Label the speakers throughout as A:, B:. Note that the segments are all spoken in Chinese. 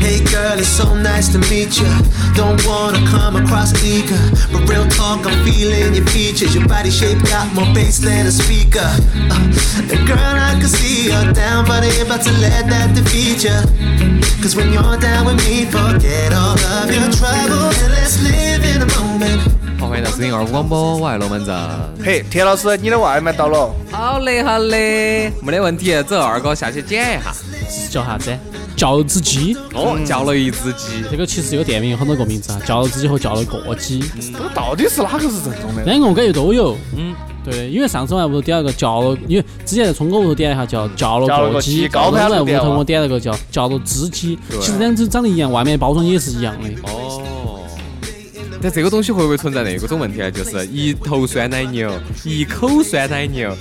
A: Hey girl, it's so nice to meet ya. Don't wanna come across eager, but real talk, I'm feeling your features. Your body shape got more bass than a speaker. Uh, and girl, I can see you're down, but ain't about to let that defeat ya. Cause when you're down with me, forget all of your troubles and let's live in the moment.
B: 好，欢迎到收听二五广播，我爱罗门阵。
C: 嘿，田老师，你的外卖到了。
B: 好嘞，好嘞，没得问题，走二哥下去捡一下。
D: 叫啥子？叫子鸡。
B: 哦，叫了一只鸡，
D: 这个其实有店名有很多个名字啊，叫子鸡和叫了个鸡，
C: 这个到底是哪个是正宗的？
D: 两个我感觉都有。嗯，对，因为上次我还屋头点了个叫了，因为之前在聪哥屋头点了一下叫叫了个鸡，
C: 叫了个鸡
D: 然后在屋
C: 高
D: 头
C: 攀
D: 我点了个叫叫了只鸡，其实两只长得一样，外面包装也是一样的。
B: 哦，但这个东西会不会存在那个种问题啊？就是一头酸奶牛，一口酸奶牛，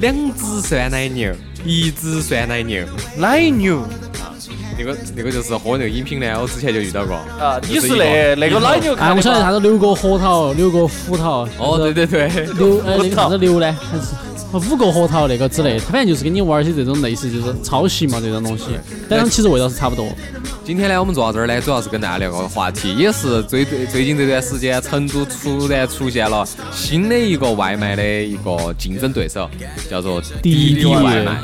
B: 两只酸奶牛，一只酸奶牛。
C: 奶牛
B: 那个那个就是喝那个饮品呢，我之前就遇到过。
C: 啊，
B: 就
C: 你是
B: 一
C: 那
B: 个
C: 那个奶。牛
D: 哎，
C: 看
D: 我
C: 的
D: 晓得
C: 吗？
D: 啥子六个核桃，六个胡桃，
B: 哦，对对对，
D: 六哎那个啥子六呢？ 还是五个核桃那个之类的，它反正就是跟你玩儿些这种类似就是抄袭嘛这种东西，但是其实味道是差不多。
B: 今天呢，我们坐到这儿呢，主要是跟大家聊个话题，也是最最近这段时间，成都突然出现了新的一个外卖的一个竞争对手，叫做滴滴外卖。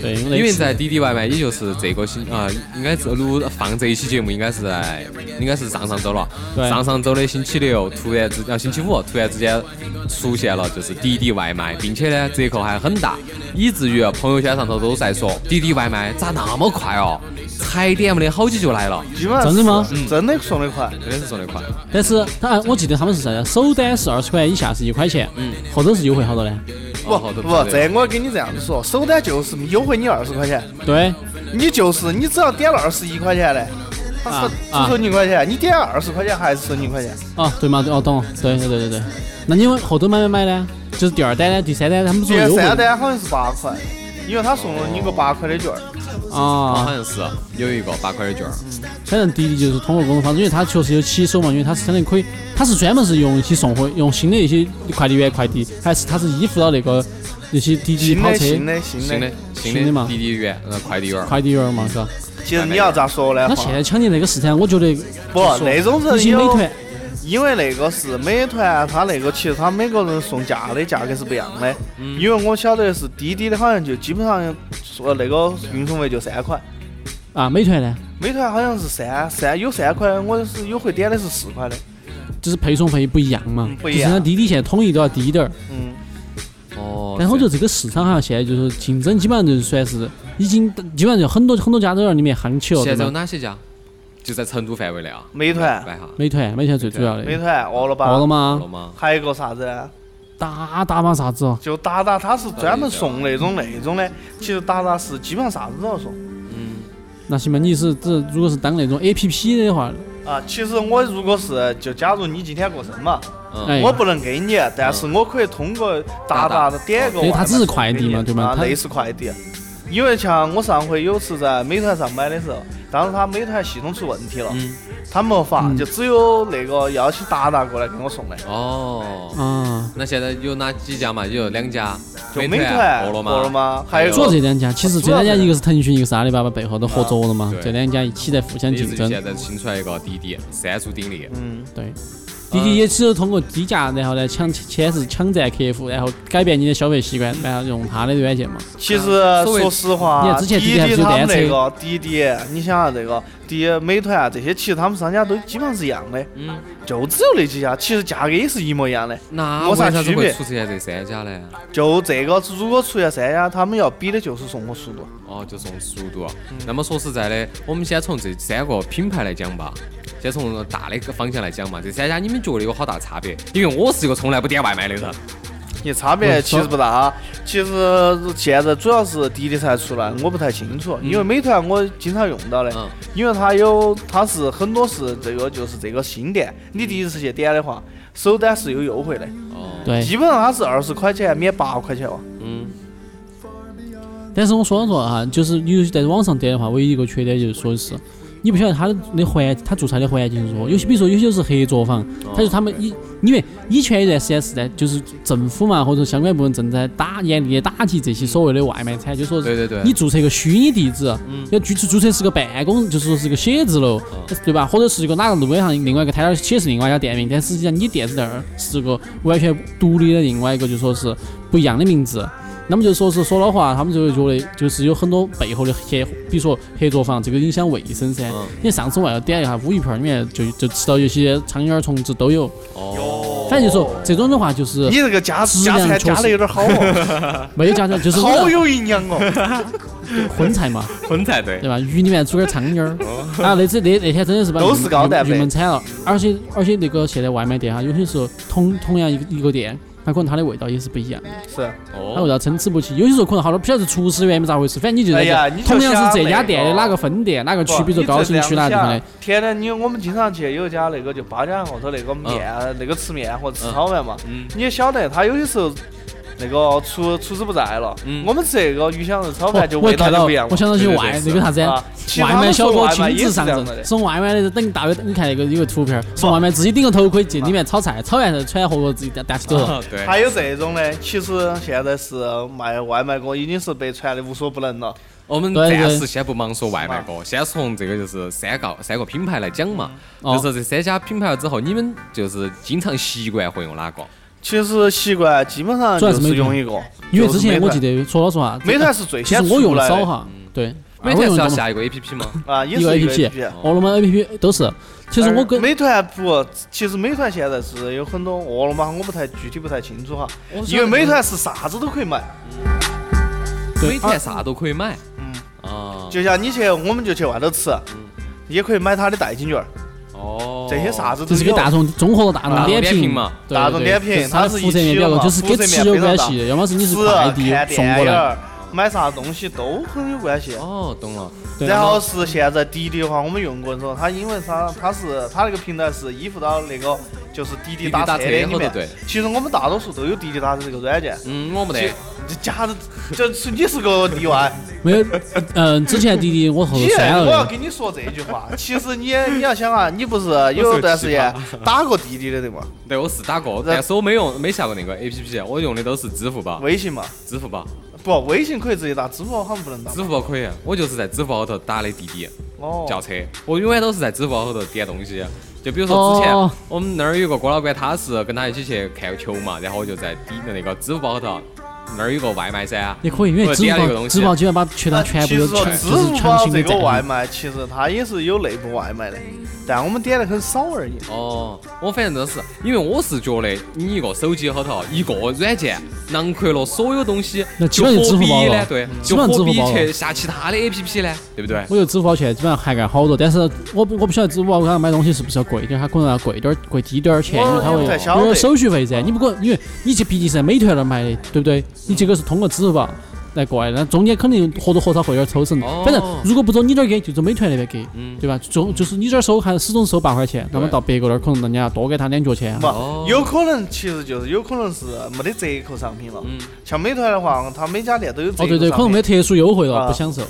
D: 对，因
B: 因
D: 为
B: 为在滴滴外卖，也就是这个星啊、应该是录放这一期节目，应该是在应该是上上周了。
D: 对
B: 上上周的星期六，突然之啊星期五，突然之间出现了就是滴滴外卖，并且呢折扣还很大，以至于朋友圈上头都在说滴滴外卖咋那么快哦，才点没得好久就来了，
C: 基本上
D: 真的吗
C: 是？嗯真的送的快。
B: 真的是送得快。
D: 但是他哎我记得他们是啥子？首单是二十块，以下是一块钱，
C: 嗯
D: 后头是优惠好多呢？
C: 不
B: 哦
C: 不，这我跟你这样子说，首单就是优惠你二十块钱，
D: 对，
C: 你就是你只要点了二十一块钱的，他是
D: 啊
C: 只收你一块钱，你点二十块钱还是收你一块钱。
D: 哦对嘛，对哦懂，对对对对对。那你们后头买没买呢？就是第二单呢，第三单他们说
C: 点
D: 优惠
C: 三单好像是八块，因为他送了你个八块的券儿。
B: 哦好
D: 啊，
B: 像是有一个八块的券儿，
D: 反正滴滴就是通过各种方式，因为它确实有骑手嘛，因为它是相当于可以，它是专门是用一些送货，用新的一些快递员快递，还是它是依附到那个那些滴滴
C: 新
D: 跑
C: 的
D: 车
C: 新的新
B: 新
C: 的
B: 的。
D: 新的嘛
B: 滴滴员呃快递员儿，
D: 快递员嘛，是吧？
C: 其实你要咋说呢？
D: 那现在抢进那个市场，我觉得
C: 不
D: 说
C: 那种人
D: 比起美
C: 有
D: 团，
C: 因为那个是美团，它那个其实它每个人送价的价格是不一样的。因为我晓得是滴滴的，好像就基本上说那个运送费就三块，
D: 啊，美团呢，
C: 美团好像是三三有三块，我是有回点的是四块的。
D: 就是配送费不一样嘛
C: 嗯，不一样
D: 就是像滴滴现在统一都要低点儿。
C: 嗯，
B: 哦，
D: 但是我觉
B: 这
D: 得这个市场哈，现在就是竞争基本上就是算是已经基本上就很多很多家都在里面夯起了，哦
B: 现
D: 对
B: 在有
D: 吗？
B: 哪些家？就在成都范围内啊，
C: 美团、
B: 来哈，
D: 美团，美团最主要
C: 美
D: 的，
C: 团、饿了
D: 饿了
C: 吧，
D: 吗
B: 了？吗？
C: 还有一个啥子呢？
D: 打打嘛啥子哦？
C: 就达达，它是专门送那种那种的。其实达达是基本上啥子都要送。
D: 那行吧，你是这如果是当那种 A P P 的话，
C: 啊，其实我如果是就假如你今天过生嘛，
D: 哎，嗯
C: 我不能给你，但是我可以通过达达的点一个
D: 对
C: 外卖
D: 它只是快递
C: 送
D: 嘛
C: 给你
D: 对吗
C: 啊，
D: 它
C: 类似快递。因为像我上回有次在美团上班的时候，当时他美团系统出问题了，
B: 嗯
C: 他没法，
D: 嗯
C: 就只有那个邀请达达过来给我送的，
B: 哦，
D: 啊，
B: 那现在有哪几家嘛？也有两家，
C: 就美
B: 美
C: 团、
B: 饿了
C: 饿
B: 吗？
C: 了吗？还有
D: 主要这两家，其实这两家一个是腾讯，一个是阿里巴巴，背后都合作了
B: 啊，
D: 嘛
B: 对
D: 这两家一起在互相
B: 以
D: 竞
B: 至于
D: 争。
B: 现在新出来一个滴滴三足鼎立，
C: 嗯，
D: 对，滴滴也只有通过低价，然后呢抢先是抢占客户，然后改变你的消费习惯，然后用它的软件嘛。
C: 其实
B: 所谓
C: 说实话，
D: 啊你看之前
C: 滴
D: 滴滴还不
C: 滴
D: 是有
C: 他们
D: 单车
C: 那个滴滴，你想啊，这个滴美团啊这些，其实他们商家都基本上是一样的，
B: 嗯，
C: 就只有那几家，其实价格也是一模一样的。
B: 那
C: 没
B: 为啥
C: 啥
B: 子
C: 区
B: 会
C: 别
B: 出现这三家呢？
C: 就这个，如果出现三家，他们要比的就是送货速度。
B: 哦，就从速度。那么说实在的，我们先从这三个品牌来讲吧，先从大的方向来讲嘛。这三家你们觉得有好大差别？因为我是一个从来不点外卖的人。
C: 你差别其实不大，啊其实现在主要是滴滴才出来，我不太清楚，因为美团我经常用到的，
B: 嗯，
C: 因为它有它是很多是这个就是这个新店，你第一次去点的话，首单是有优惠的，
B: 哦，
D: 对，
C: 基本上它是二十块钱免八块钱哦，
B: 嗯，
D: 但是我说了说哈，就是你尤其在网上点的话，唯一一个缺点就是说是，你不晓得他的环他做出来的环境如何。有些比如说有些是黑作坊，他就他们以因为以前一段时间是在就是政府嘛或者相关部门正在打严厉的打击这些所谓的外卖餐，就说
B: 对
D: 是
B: 对对，
D: 你注册一个虚拟地址，要注注册是个办公，就是说是个写字楼，对吧？或者是一个哪个路边上另外一个摊摊写是另外一家店名，但实际上你店子那儿是个完全独立的另外一个，就说是不一样的名字。那么就说是说老话，他们就会觉得就是有很多背后的黑，比如说黑作坊，这个影响卫生噻。
B: 嗯
D: 因为上次我要点一下乌鱼片儿里面就就吃到有些苍蝇儿、虫子都有，
B: 哦，
D: 反正就说这种的话就是
C: 你这个加
D: 质
C: 加
D: 量
C: 菜加
D: 确
C: 的
D: 实
C: 有点好哦，
D: 没有加上，就是
C: 好有营养哦。
D: 荤菜嘛。
B: 荤菜对，
D: 对吧？鱼里面煮点苍蝇儿，啊，那次那那天真的是把
C: 哦都
D: 郁
C: 是高蛋白
D: 郁闷惨了。而且而且那个现在外卖店哈，有些时候同同样一个一个店，它可能它的味道也是不一样的，
C: 是，
D: 它
B: 哦
D: 味，道参差不齐。有些时候可能好多不晓得是厨师原因咋回事，反正你就
C: 哎
D: 在
C: 呀
D: 这
C: 你就
D: 同样是这家
C: 想
D: 店的
C: 那个
D: 哪个分店哪个区，
C: 不
D: 比如说高新区哪个
C: 你这
D: 地方
C: 两
D: 的
C: 下，天天你我们经常去有一家那个就八家后头那个面，那个吃面或者吃炒饭嘛，
B: 嗯
C: 你也晓得他有些时候。那个厨厨师不在了，
B: 嗯
C: 我们吃那个鱼香肉炒
D: 哦
C: 饭就
D: 我
C: 味
D: 也
C: 道
D: 看
C: 就
D: 到
C: 不一样，
D: 我
C: 了。
D: 想到些
B: 对对
D: 外
B: 是
D: 那个啥子
C: 啊，其他
D: 外
C: 的所
D: 卖小
C: 谓
D: 哥
C: 外卖
D: 亲
C: 也
D: 自
C: 是这
D: 上
C: 样
D: 阵
C: 子的，
D: 送外卖的等大约，你看那个有个图片儿，送外卖自己顶个头盔进里面炒菜，炒完再穿火锅自己带带起 走了。
B: 哦 对，
C: 还有这种呢，其实现在是卖外卖哥已经是被传的无所不能了。
B: 我们
D: 对
B: 暂
D: 对
B: 时先不忙说外卖哥，先从这个就是三个三个品牌来讲嘛，
D: 哦
B: 就是这三家品牌了之后，你们就是经常习惯会用哪
D: 啊
B: 个？
C: 其实习惯基本上
D: 主要
C: 就是是
D: 美团
C: 用一个，
D: 因为
C: 就
D: 之
C: 是
D: 前
C: 美
D: 我
C: 团
D: 记得说老实话，
C: 美团是最
D: 其
C: 先
D: 实我
C: 出
D: 用
C: 来
D: 的
C: 的
D: 少哈，对，
B: 美
D: 我
B: 团
D: 用
B: 是
D: 的
B: 要
D: 嘛
B: 下一个 APP 吗？
C: 啊，也
D: 一个
C: 是一个
D: APP，饿了么 APP 都是。其实我
C: 而
D: 跟
C: 美团不，其实美团现在是有很多饿了么，我不太具体不太清楚哈，因为美团是啥子都可以买，
D: 哦对啊
B: 美团啥都可以买，
C: 嗯，
B: 啊，
C: 就像你去我们就去外头吃，
D: 嗯
C: 也可以买它的代金券，
B: 哦，
C: 这些啥子都
D: 这是给
C: 有。
D: 大众综合了大众
B: 大众点
D: 评
B: 评嘛，
D: 对
C: 大众
D: 对
C: 点评
D: 就是它
C: 它
D: 的
C: 是
D: 辐射
C: 一
D: 面
C: 起
D: 比较
C: 的
D: 高，
C: 嘛
D: 就是
C: 辐
D: 跟
C: 射
D: 吃
C: 面
D: 有
C: 非常
D: 关
C: 大
D: 系，要么是你是
C: 吃
D: 快递
C: 看
D: 送
C: 电
D: 过
C: 影
D: 来。
C: 儿，买啥东西都很有关系。
B: 哦，懂了，
D: 对
C: 然后是现在滴滴的话，我们用过的时候，它因为它它是它那个平台是依附到那个就是滴滴
B: 滴滴
C: 打
B: 打
C: 车
B: 车
C: 的里
B: 后头
C: 面。
B: 对，
C: 其实我们大多数都有滴滴打车这个软件，
B: 嗯，我没得，
C: 这假的，这是你是个例 外。
D: 没有，嗯，之前滴滴我后头
C: 你
D: 删
C: 我要
D: 了的，
C: 跟你说这句话， 其实你你要想啊，你不是有段时间打过滴滴的对吗？
B: 对我是打过，但是我没用，没下过那个 APP，我用的都是支付宝，
C: 微信嘛，
B: 支付宝，
C: 不，微信可以直接打，支付宝好像不能打。
B: 支付宝可以，啊我就是在支付宝后头打的滴滴。
C: 哦，
B: 叫车，我永远都是在支付宝后头点东西。就比如说之前、
D: 哦
B: 我们那儿有个郭老倌，他是跟他一起去看球嘛，然后我就在底那个支付宝后头那儿有个外卖噻，
D: 也可以，因为
B: 我
D: 支
B: 点了一
D: 付
B: 个
D: 宝
B: 东
D: 支
B: 西
D: 付宝基本把全
C: 那
D: 它全
C: 其
D: 部
C: 实
D: 都
C: 说
D: 全
C: 支
D: 就是
C: 付
D: 全
C: 宝
D: 新
C: 这
D: 的
C: 个
D: 占
C: 外
D: 用。
C: 卖，其实它也是有内部外卖的，但我们点的很少而已。
B: 哦，我反正都是，因为我是觉得你一个手机后头一个软件囊括了所有东西，
D: 那基
B: 就
D: 本上就
B: 何
D: 支付宝
B: 必呢
D: 了？嗯
B: 对，
D: 基
B: 就
D: 本上
B: 何
D: 支付
B: 必
D: 宝了
B: 去下其他的 APP 呢？对不对？
D: 我觉得支付宝现在基本上涵盖好多，但是我不我不晓得支付宝刚刚买东西是不是要贵点儿，它可能要贵点儿，贵低点儿钱，因为它
C: 我
D: 会
C: 也不太晓
D: 有点
C: 得
D: 手续费噻。你不可因为你这毕竟是在美团那儿买的，对不对？你这个是通过支付宝来过来的，那中间肯定或多或少会有点抽成。
B: 哦
D: 反正如果不走你这儿给，就走美团那边给，
B: 嗯
D: 对吧？总就是你这儿收还始终收八块钱，那么
B: 对
D: 到别个那儿可能人家多给他两角钱啊。
C: 不，有可能其实就是有可能是没得折扣商品了。像美团的话，它每家店都有折扣
D: 哦，
C: 商
D: 对
C: 品。
D: 对，可能没特殊优惠了，
C: 啊
D: 不享受。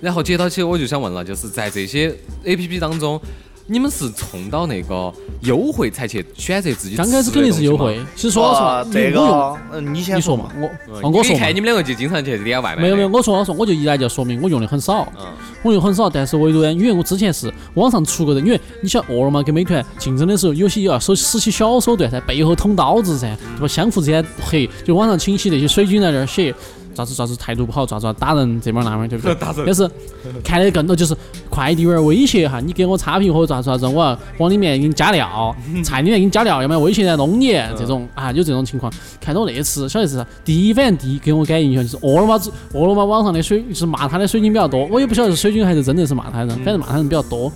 B: 然后接到起我就想问了，就是在这些 A P P 当中，你们是冲到那个优惠才去选择自己
D: 刚开始肯定是优惠，其实说老实话
C: 啊，，这
D: 我用
C: 个，嗯，你先
D: 你说嘛
C: 嘛。，
D: 我
B: 吃那
D: 哦
B: 个东西吗。
D: 我说
B: 一
D: 嘛
B: 嗯看。你们两个就经常去点外卖。
D: 没有没有，，我说老实话，我就依然就要说明我用的很少，
B: 嗯
D: 我用得很少，但是唯独呢，因为我之前是网上出过的，因为你晓得饿了么跟美团竞争的时候，有些要手使起小手段噻，背后捅刀子噻，
B: 嗯
D: 对吧？相互之间黑，就网上请起那些水军在那儿写。咋子咋子态度不好，咋子打人这么那么，对 不对？打人。但是看得更多就是快递员威胁哈，你给我差评或者咋子咋子，我要往里面给你加料， 菜里面给你加料，要不然威胁来弄你这种
B: 嗯
D: 啊，有这种情况。看到那次，晓得是啥第一反应第一给我感印象就是饿了么子，饿了么网上的水就是骂他的水军比较多，我也不晓得是水军还是真的是骂他的人，反正骂他人比较多。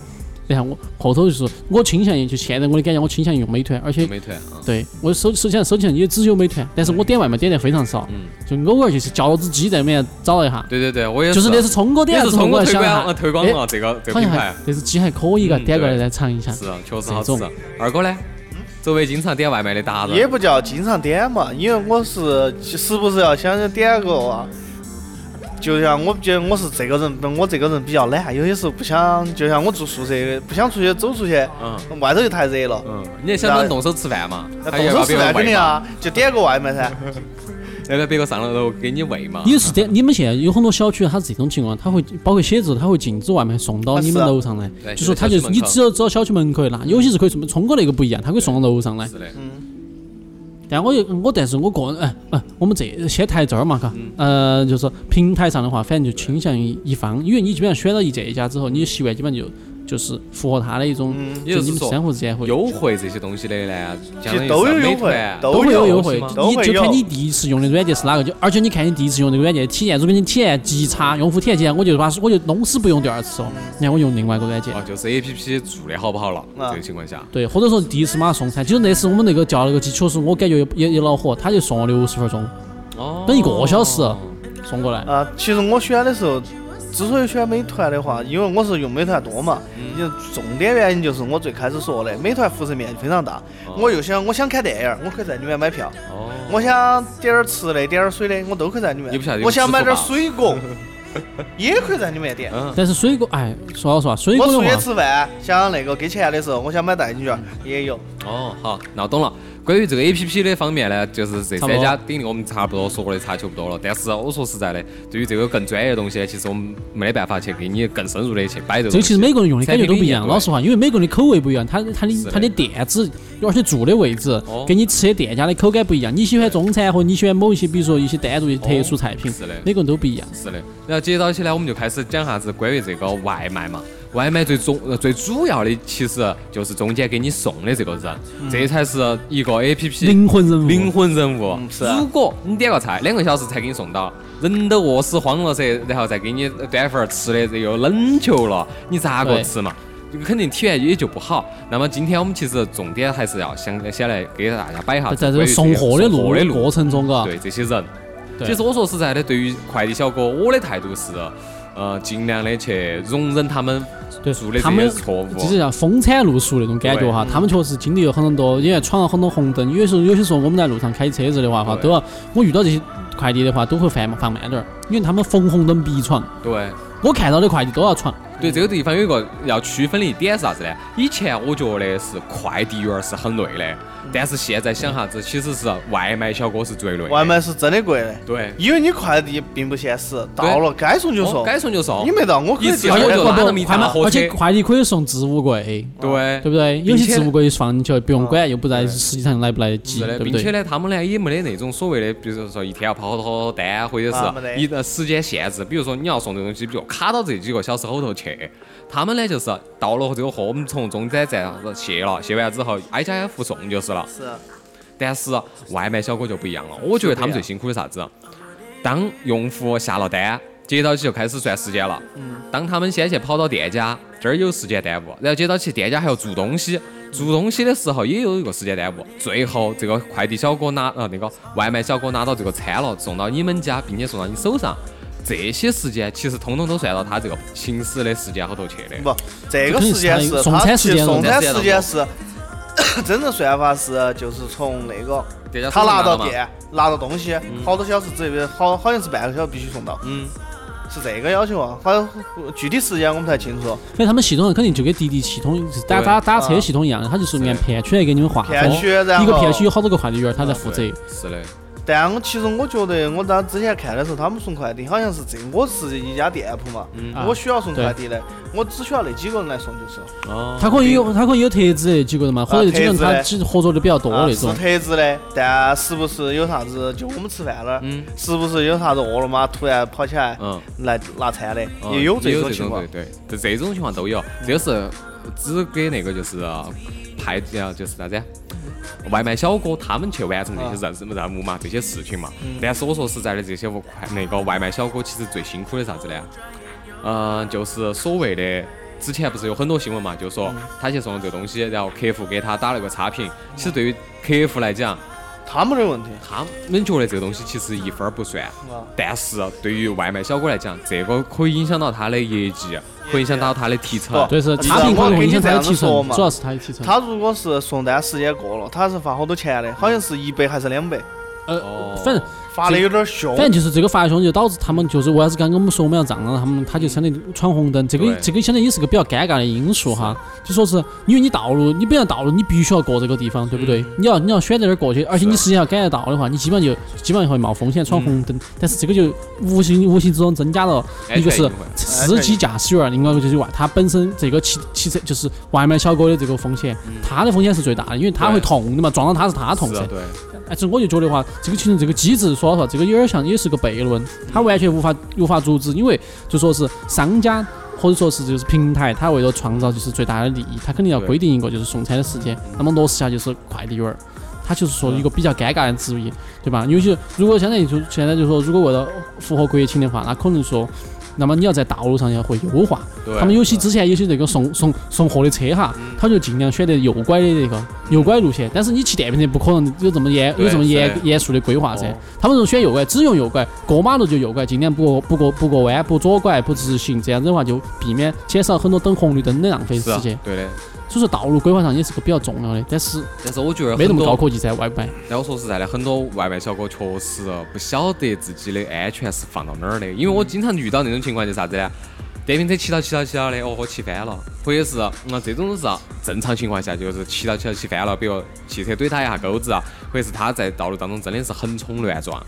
D: 然后我后头就是我倾向于就现在我的感觉，我倾向于用美团，而且
B: 美嗯团啊，
D: 对我手手机上手机上也只有美团，但是我点外卖点的非常少，就偶尔就是叫了只鸡在里面找一下，
B: 对嗯对对，我也
D: 就是那
B: 是
D: 次聪哥点
B: 也
D: 了
B: 是
D: 之后，
B: 通
D: 我
B: 过
D: 还
B: 推
D: 想一
B: 广
D: 下
B: 呃，推广
D: 哎
B: 了这个这个
D: 好
B: 品
D: 像
B: 牌
D: 还，这只鸡还可以，嘎，
B: 嗯
D: 点过来
B: 对
D: 来尝一下。
B: 是啊，确实
D: 这
B: 好吃
D: 种。
B: 二哥呢，
C: 嗯
B: 作为经常点外卖的达人，
C: 也不叫经常点嘛，因为我是时不时要想着点个啊，就像我觉得我是这个人，我这个人比较懒，有些时候不想，就像我住宿舍，不想出去走出去，
B: 嗯
C: 外头就太热了，
B: 嗯，你还想不想动手吃饭嘛？
C: 那
B: 还
C: 动
B: 要不
C: 手
B: 要
C: 吃
B: 别人
C: 饭肯
B: 喂
C: 定
B: 嘛？
C: 啊，就点个外卖噻。
B: 要不要别个上了楼给你喂嘛？
D: 你是这，你们现在有很多小区，它是这种情况，它会包括写字楼，它会禁止外卖送到你们
C: 啊是啊
D: 楼上来，
B: 对
D: 就说它就
B: 就是在小区门口
D: 你
B: 嗯
D: 只有走到小区门口拿，有些是可以送，聪哥那个不一样，它可以送到楼上来。
B: 是的，
D: 但我又我但是我个人哎哎，我们这先谈这儿嘛，嘎，
B: 嗯
D: 呃，就是说平台上的话，反正就倾向于一方，因为你基本上选到一这一家之后，你的习惯基本上就就是符合他的一种，
B: 嗯也
D: 就
B: 就是是
D: 你们
B: 说
D: 相互之间会
B: 优惠这些东西的呢，相当
C: 其实
B: 于
C: 都有
B: 是美啊
C: 优惠
B: 团，
C: 都
D: 都会有优惠
C: 都会，
D: 你
C: 有
D: 就看你第一次用的软件是哪个，就而且你看你第一次用这个软件体验，如果你体验极差，用户体验极差，我就把我就弄死不用第二次哦，你看我用另外一个软件
B: 哦，。就是 A P P 做的好不好了，
C: 啊
B: 这个情况下，
D: 对，或者说第一次马上送餐，其实那次我们那个叫那个机，确实我感觉也也也恼火，他就送了六十分钟，
B: 哦
D: 等一个小时送过来。
C: 啊，其实我选的时候，之所以选美团的话，因为我是用美团多嘛，
B: 嗯
C: 因为重点原因就是我最开始说的，美团辐射面积非常大，我又想我想看电影儿，我可以在里面买票，
B: 哦，
C: 我想点点儿吃的，点点儿水的，我都可以在里面
B: 你不晓得。有
C: 我想买点儿
B: 吃
C: 水果，也可以在里面点。
B: 嗯，
D: 但是水果，哎，说老实话，水
C: 我
D: 果的
C: 出去
D: 话，
C: 吃饭，想那个给钱的时候，我想买代金券
B: 嗯
C: 也有。
B: 哦，好，那我懂了。关于这个 A P P 的方面呢，就是这
D: 差不多
B: 三家鼎立，我们差不多说的差球不多了。但是啊我说实在的，对于这个更专业的东西，其实我们没得办法去给你更深入的去摆这个
D: 这
B: 东
D: 个
B: 西。
D: 其实每个人用的感觉都不一
B: 产品
D: 样。
B: 理念
D: 老实话，因为每个人的口味不一样，他他
B: 是
D: 的
B: 的
D: 他的店址，而且住的位置
B: 哦，
D: 跟你吃的店家的口感不一样。你喜欢中餐，或者你喜欢某一些，比如说一些单独的特殊菜品
B: 哦是的，
D: 每个人都不一样。
B: 是的，然后接到起来，我们就开始讲啥子关于这个外卖嘛。外卖最重呃最主要的其实啊就是中间给你送的这个人，这才是一个 A P P
D: 灵魂人物
B: 灵魂人物。
C: 是啊
B: 如果你点个菜，两个小时才给你送到，人都饿死慌了噻，然后再给你端份儿吃的这又冷球了，你咋个
D: 对
B: 吃嘛？这个肯定体验也就不好。那么今天我们其实重点还是要想先来给大家摆一下
D: 在这
B: 关
D: 个
B: 于
D: 送货的
B: 送
D: 路
B: 货的
D: 过程中，嘎，
B: 对这些人。
D: 对
B: 其实我说实在的，对于快递小哥，我的态度是，呃，尽量的去容忍他们
D: 对
B: 做的
D: 他
B: 这
D: 们
B: 些错误。
D: 就是像风餐露宿那种感觉哈，
B: 对
D: 他们确实经历了很多，也闯了很多红灯。有些时候，有些时候我们在路上开车子的话哈，
B: 对
D: 都要我遇到这些快递的话，都会放放慢点儿，因为他们逢红灯必闯。
B: 对
D: 我看到的快递都要闯，
B: 对，这个地方有一个要区分的一点是啥子呢？以前我觉得是快递员是很累的，
C: 嗯
B: 但是现在想啥子，其实是外卖小哥是最累的。
C: 外卖是真的贵的，
B: 对，
C: 因为你快递并不现实，到了该送就
B: 哦
C: 送，
B: 该送就送
C: 你。没到我可以
B: 一次
C: 第二
B: 我
C: 天
B: 就
C: 到
B: 拉
D: 不
B: 那么一
D: 哎快
B: 大
D: 嘛
B: 货车
D: 而且快递可以送置物哎柜，
B: 对
D: 对不对？有
B: 并
D: 些
B: 且
D: 置物柜放进去不用管，又不在实际上来不来得及，
B: 是的，
D: 对不
B: 并且
D: 对？
B: 呢，他们呢也没得那种所谓的，比如说一天要跑好多单，或者
C: 啊没得
B: 是一个时间限制。比如说你要送这个东西，比如卡到这几个小时后头去。他们呢就是到了这个货，我们从中间站上卸了，卸完之后挨家挨户送就是了。
C: 是
B: 但是外卖小哥就不一样了，我觉得他们最辛苦的啥子？当用户下了单，接到起就开始算时间了。
C: 嗯
B: 当他们先去跑到店家，这儿有时间耽误，然后接到起店家还要做东西，
C: 嗯
B: 做东西的时候也有一个时间耽误。最后这个快递小哥拿呃那个外卖小哥拿到这个餐了，送到你们家，并且送到你手上。这些时间其实通通都算到他这个行驶的时间后头去的。
C: 不，这个
D: 这肯
C: 时
D: 定是
C: 间
D: 他一
C: 是
D: 送
C: 他
D: 餐
C: 其
D: 时间
C: 送
D: 送
B: 餐
C: 餐
B: 时
C: 时
B: 间
C: 间是 真正算法是就是从那个
B: 店家
C: 他
B: 手上
C: 拿到
B: 嘛，
C: 店拿到东西，
D: 嗯
C: 好多小时之内，好好像是半个小时必须送到，
B: 嗯，
C: 是这个要求啊。好像具体时间我们不太清楚，
D: 所以他们系统上肯定就跟滴滴系统就是打
B: 对
D: 打打车系统一样的，它就是按片区来给你们划分
C: 片。区然后
D: 一个片区有好多个快递员，他在负责。
C: 啊
B: 对是的，
C: 但我其实我觉得，我当之前看的时候，他们送快递好像是这，我是一家店铺嘛，
D: 嗯
C: 我需要送快递的，我只需要那几个人来送就是了。
B: 哦，
D: 他可以有，他可以有特指的几个人嘛，或者有几个人他只合作的比较多
C: 啊
D: 那
C: 是
D: 种。
C: 特制的，但时不时有啥子，就我们吃饭了，
B: 嗯
C: 时不时有啥子饿了么突然跑起来
B: 嗯。
C: 来拿餐的，
B: 嗯
C: 哦也有这种情况
B: 对。对，这这种情况都有。这个是只给那个就是啊派呃就是啥子呀？外卖小哥他们去完成这些
C: 啊
B: 任任任务嘛，这些事情嘛。
C: 嗯
B: 但是我说实在的，这些快那个外卖小哥其实最辛苦的啥子呢？嗯，就是所谓的之前不是有很多新闻嘛，就
C: 嗯
B: 说他去送了这个东西，然后客户给他打了个差评。其实对于客户来讲，
C: 他们的问题，
B: 他们觉得这个东西其实一分儿不算
C: 啊，
B: 但是对于外卖小哥来讲，这个可以影响到他的业绩，会影响到他的提成。
C: 不
D: 对，是
C: 是
D: 差评可能会影响他的提
C: 我跟你
D: 成
C: 这样子说，嘛
D: 主要是他的提成。
C: 嗯他如果是送单时间过了，他是罚好多钱的，好像是一百还是两百，
D: 呃，反正
C: 发的有点凶
D: 反，正就是这个发凶，就导致他们就是为啥子刚刚我们说我们要让让他们，他就相当于闯红灯，这个
B: 对
D: 这个相当于也是个比较尴尬的因素哈。就说是因为你道路，你本来道路你必须要过这个地方，对不
B: 嗯
D: 对？你要你要选择这儿过去，而且你时间要赶得到的话，你基本上就基本上会冒风险闯红
B: 嗯
D: 灯。但是这个就无形无形之中增加了
B: 安
D: 一个
B: 全隐
D: 是
B: 患
D: 司机驾驶员，啊另外一个就是外他本身这个骑骑车就是外卖小哥的这个风险，他的风险是最大的，因为他
B: 嗯对
D: 会痛的嘛，撞到他是他痛噻
B: 是。啊对，
D: 哎，所以我就觉得话，这个其实这个机制，说老实话，这个有点像也是个悖论，它完全无法无法阻止，因为就说是商家或者说是就是平台，它为了创造就是最大的利益，它肯定要
B: 对
D: 规定一个就是送餐的时间，那么落实下就是快递员儿。他就是说一个比较尴尬的职业，对吧？尤其如果相当于就现在就说，如果为了符合国情的话，那可能说，那么你要在道路上要会优化。
B: 对嗯
D: 他们有些之前有些这个送送送货的车哈，他就尽量选择右拐的这个右拐路线。但是你骑电瓶车不可能有这么严
B: 对
D: 有这么严
B: 是
D: 严肃的规划噻
B: 哦。
D: 他们说选右拐，只用右拐，过马路就右拐，尽量不过不过不过弯，不左拐，不直行，这样子的话就避免减少很多等红绿灯的浪费
B: 是
D: 时
B: 啊
D: 间。
B: 对的。
D: 所以说道路规划上也是个比较重要的，但是
B: 但是我觉得
D: 没那
B: 很
D: 么
B: 多哦
D: 高科技噻，外卖。
B: 但我说实在的，很多外卖小哥确实不晓得自己的安全是放到哪儿的，因为我经常遇到那种情况，就是啥子呢？电瓶车骑到骑到骑到的，哦，我骑翻了，或者是嗯，这种都是啊正常情况下就是骑到骑到骑翻了，比如汽车怼他一下钩子啊，或者是他在道路当中真的是横冲乱撞。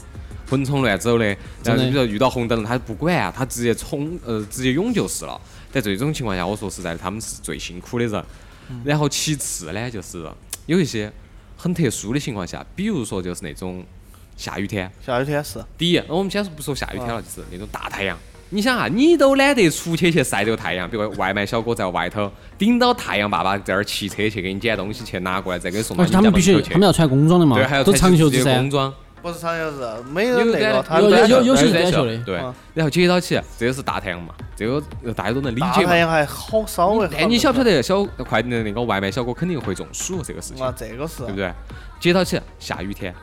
B: 横冲乱走的，然
D: 真
B: 后
D: 的
B: 你比如遇到红灯了，他不管啊，他直接冲，呃，直接涌就是了。在这种情况下，我说实在的，他们是最辛苦的人。
D: 嗯
B: 然后其次呢，就是有一些很特殊的情况下，比如说就是那种下雨天，
C: 下雨天是
B: 第一，呃我们先不说下雨天了，
D: 啊
B: 就是那种大太阳。你想啊，你都懒得出去去晒这个太阳，比如外卖小哥在外头顶到太阳爸爸在那儿骑车去给你捡东西去拿过来，再给你送到
D: 而
B: 你
D: 且
B: 家
D: 啊他们
B: 门口
D: 必
B: 去
D: 须。他们要穿工装的嘛
B: 对，还要，
D: 都
B: 穿
D: 长袖子
B: 自己的
D: 噻
B: 工。装，
C: 不是长袖子？没
B: 有
C: 人那
B: 短
C: 个，他
D: 有
C: 短袖
D: 有有些是
B: 短
D: 短袖的
B: 对
C: 啊。
B: 然后接到起，这个是大太阳嘛，这个呃大家都能理
C: 大
B: 解嘛
C: 太。阳还好稍微好。
B: 但你晓不晓得小快递的那个外卖小哥肯定会中暑这个事情
C: 啊，，这个是
B: 对不对？接到起下雨天，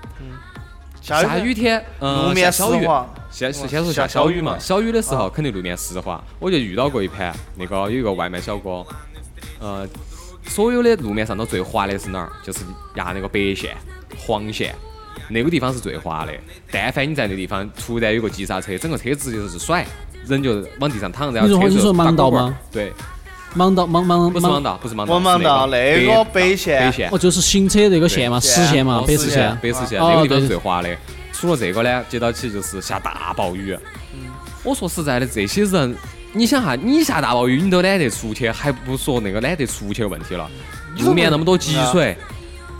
C: 下
B: 下雨天，嗯，
C: 路面湿
B: 下小雨，
C: 滑，
B: 先是
C: 哇
B: 先说下
C: 下
B: 小
C: 小
B: 雨
C: 雨
B: 嘛，
C: 嘛
B: 小雨的时候肯定路面湿滑，我就遇到过一盘，那个有一个外卖小哥，呃，所有的路面上头最滑的是哪儿？就是压那个白线、黄线。那个地方是最滑的，但凡你在那地方突然有个急刹车，整个车子就是甩，人就往地上躺，然后
D: 你说
B: 车
D: 你
B: 子
D: 说
B: 打
D: 盲道
B: 滚儿
D: 吗？
B: 对，
D: 盲道盲盲
B: 不是盲
D: 盲，
B: 道，不是盲道，
C: 我盲道
B: 是
C: 那个
B: 白
C: 北线
B: 北线
D: 哦，就是行车这个线嘛，
C: 对
D: 实线嘛，
B: 哦
D: 北
B: 实
D: 实线。
B: 北实线
D: 哦
B: 那个地方
D: 对
B: 是最滑的。除了这个呢，接到起就是下大暴雨。
D: 嗯
B: 我说实在的，这些人，你想哈，你下大暴雨，你都懒得出去，还不说那个懒得出去的问题了。路面那么多积
D: 啊
B: 水，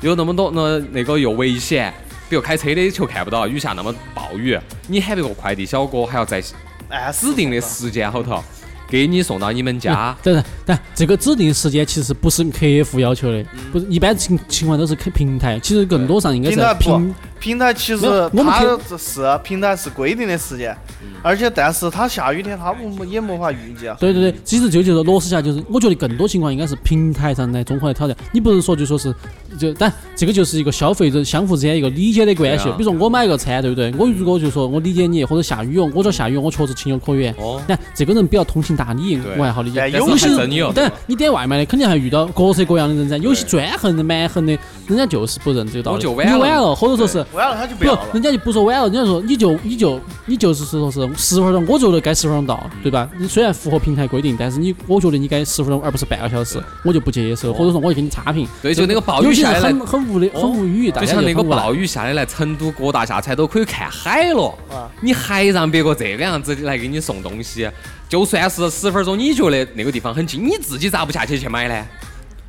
B: 有那么多那那个又危险，比如开车的球看不到，雨下那么暴雨，你喊别个快递小哥还要在
C: 按
B: 指定的时间后头给你送到你们家。
D: 等等，嗯但这个指定时间其实不是客户要求的，
C: 嗯
D: 不是一般情情况都是客平台，其实更多上应该
C: 平
D: 是
C: 台不
D: 平，
C: 平台其
D: 没有
C: 实
D: 我们
C: 它
D: 平嗯
C: 这是平台是规定的时间，而且但是它下雨天它无也没法预计啊。
D: 对对对，其实就就是落实下就是，我觉得更多情况应该是平台上来综合来挑战。你不是说就说是，就但这个就是一个消费者相互之间一个理解的关系
B: 对啊。
D: 比如说我买个餐，对不对？我如果就说我理解你，或者下雨哦，我觉得下雨我确实情有可原。
B: 哦，
D: 但这个人比较通情达理
B: 对，
D: 我还好理解。
C: 但
B: 有
D: 有些
B: 还真有
D: 人，但你点外卖的肯定还遇到各色各样的人噻，有些专横的、蛮横的，人家就是不认这个道理。
B: 我就晚
D: 你
B: 了
D: 晚了，或者说是
C: 完了他就不
D: 不
C: 要了，。
D: 人家就不说晚了，人家说你就你就你就是说是十分钟，我觉得该十分钟到，
B: 嗯
D: 对吧？你虽然符合平台规定，但是你我觉得你该十分钟而不是半个小时，我就不接受，或者说我就给你差评。
B: 哦对就那个暴雨
D: 有些
B: 下
D: 人
B: 来哦
D: 很很无的很无语，大
B: 就
D: 家
B: 像那个
D: 很无奈
B: 暴雨下的来，成都各大下船都可以看海了
C: 啊，
B: 你还让别个这个样子来给你送东西，就算是十分钟，你觉得那个地方很近，你自己咋不下去去买呢？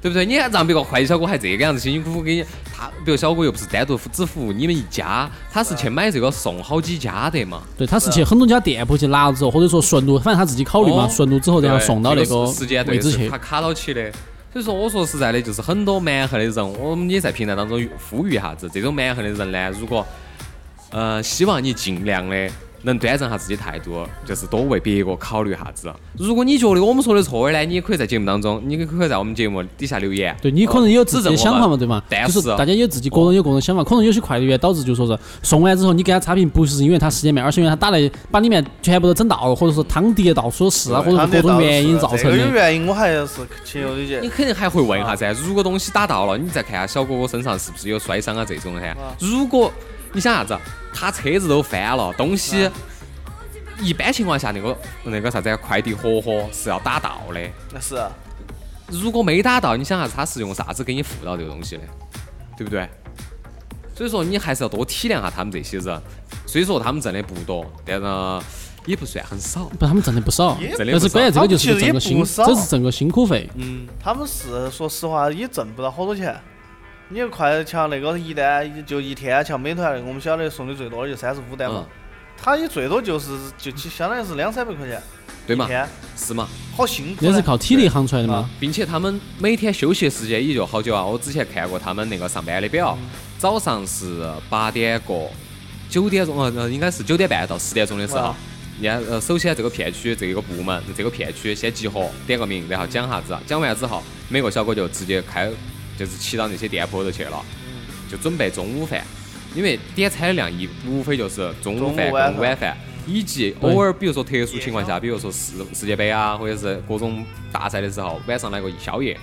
B: 对不对？你还让别个快递小哥还这个样子辛辛苦苦给你，他比如小哥又不是单独只服务你们一家，他是去买这个送好几家的嘛。
D: 对，他是去很多家店铺去拿之后，或者说顺路，反正他自己考虑嘛，
B: 嗯哦
D: 顺路之后然后送到那
B: 这个时时间
D: 位
B: 对
D: 置
B: 是
D: 去
B: 他。卡到起的。所以说，我说实在的，就是很多蛮横的人，我们也在平台当中呼吁一下子，这种蛮横的人呢，如果呃，希望你尽量的能端正下自己态度，就是多为别个考虑下子。如果你觉得我们说的错的呢，你也可以在节目当中，你也可以在我们节目底下留言。
D: 对你可能有自己的想法嘛，对
B: 吧
D: 吧？？
B: 但
D: 就是是大家有自己个人有个人的想法，可能有些快递员导致就说是送完之后你给他差评，不是因为他时间慢，而是因为他打来把里面全部都整到了，或者说汤滴到处都是啊，或
B: 对
D: 者
C: 他
D: 说各
C: 这
D: 种
C: 倒
D: 原因造
C: 这
D: 成
C: 个有
D: 的。
C: 原因，我还是情有理解
B: 你。肯定还会问一下噻，如果东西打到了，你再看下小哥哥身上是不是有摔伤啊这种噻。如果你想啥子？他车子都翻了，东西一般情况下那个那个啥子快递盒盒是要打到的。
C: 那是啊
B: 如果没打到，你想啥子？他是用啥子给你付到这个东西的，对不对？所以说你还是要多体谅下他们这些人。虽说他们挣的不多，但呢也不算很少。嗯
D: 不，他们挣的不少，
B: 挣的
D: 但
B: 不
D: 是
B: 少
D: 关键这个
C: 他们其
D: 就是
C: 实
D: 挣
C: 也
D: 个辛，
C: 不少
D: 这是挣个辛苦费。
B: 嗯，
C: 他们是说实话也挣不到好多钱。你又快像那个一单就一天，像美团那个我们晓得送的最多的就三十五单
B: 嗯，，
C: 嘛他也最多就是就就相当于是两三百块钱
B: 对
C: 一
B: 嘛，
C: 天，
B: 是嘛。
C: 好辛苦
D: 那
C: 嘞。
D: 是靠体力行出来的
C: 啊
D: 嘛？
B: 并且他们每天休息时间也就好久啊。我之前看过他们那个上班的表，
C: 嗯
B: 早上是八点过，九点钟呃呃应该是九点半到十点钟的时候
C: 哇。
B: 你看，呃，首先这个片区这个部门这个片区先集合，点个名，然后讲啥子
C: 嗯
B: 啊，讲完之后，每个小哥就直接开，就是骑到那些店铺头去了，
C: 嗯
B: 就准备中午饭。因为点餐的量一无非就是中午饭
C: 中午晚嗯
B: 跟晚饭，以及
D: 对
B: 偶尔比如说特殊情况下，比如说世世界杯啊，或者是各种大赛的时候，晚上来个宵夜，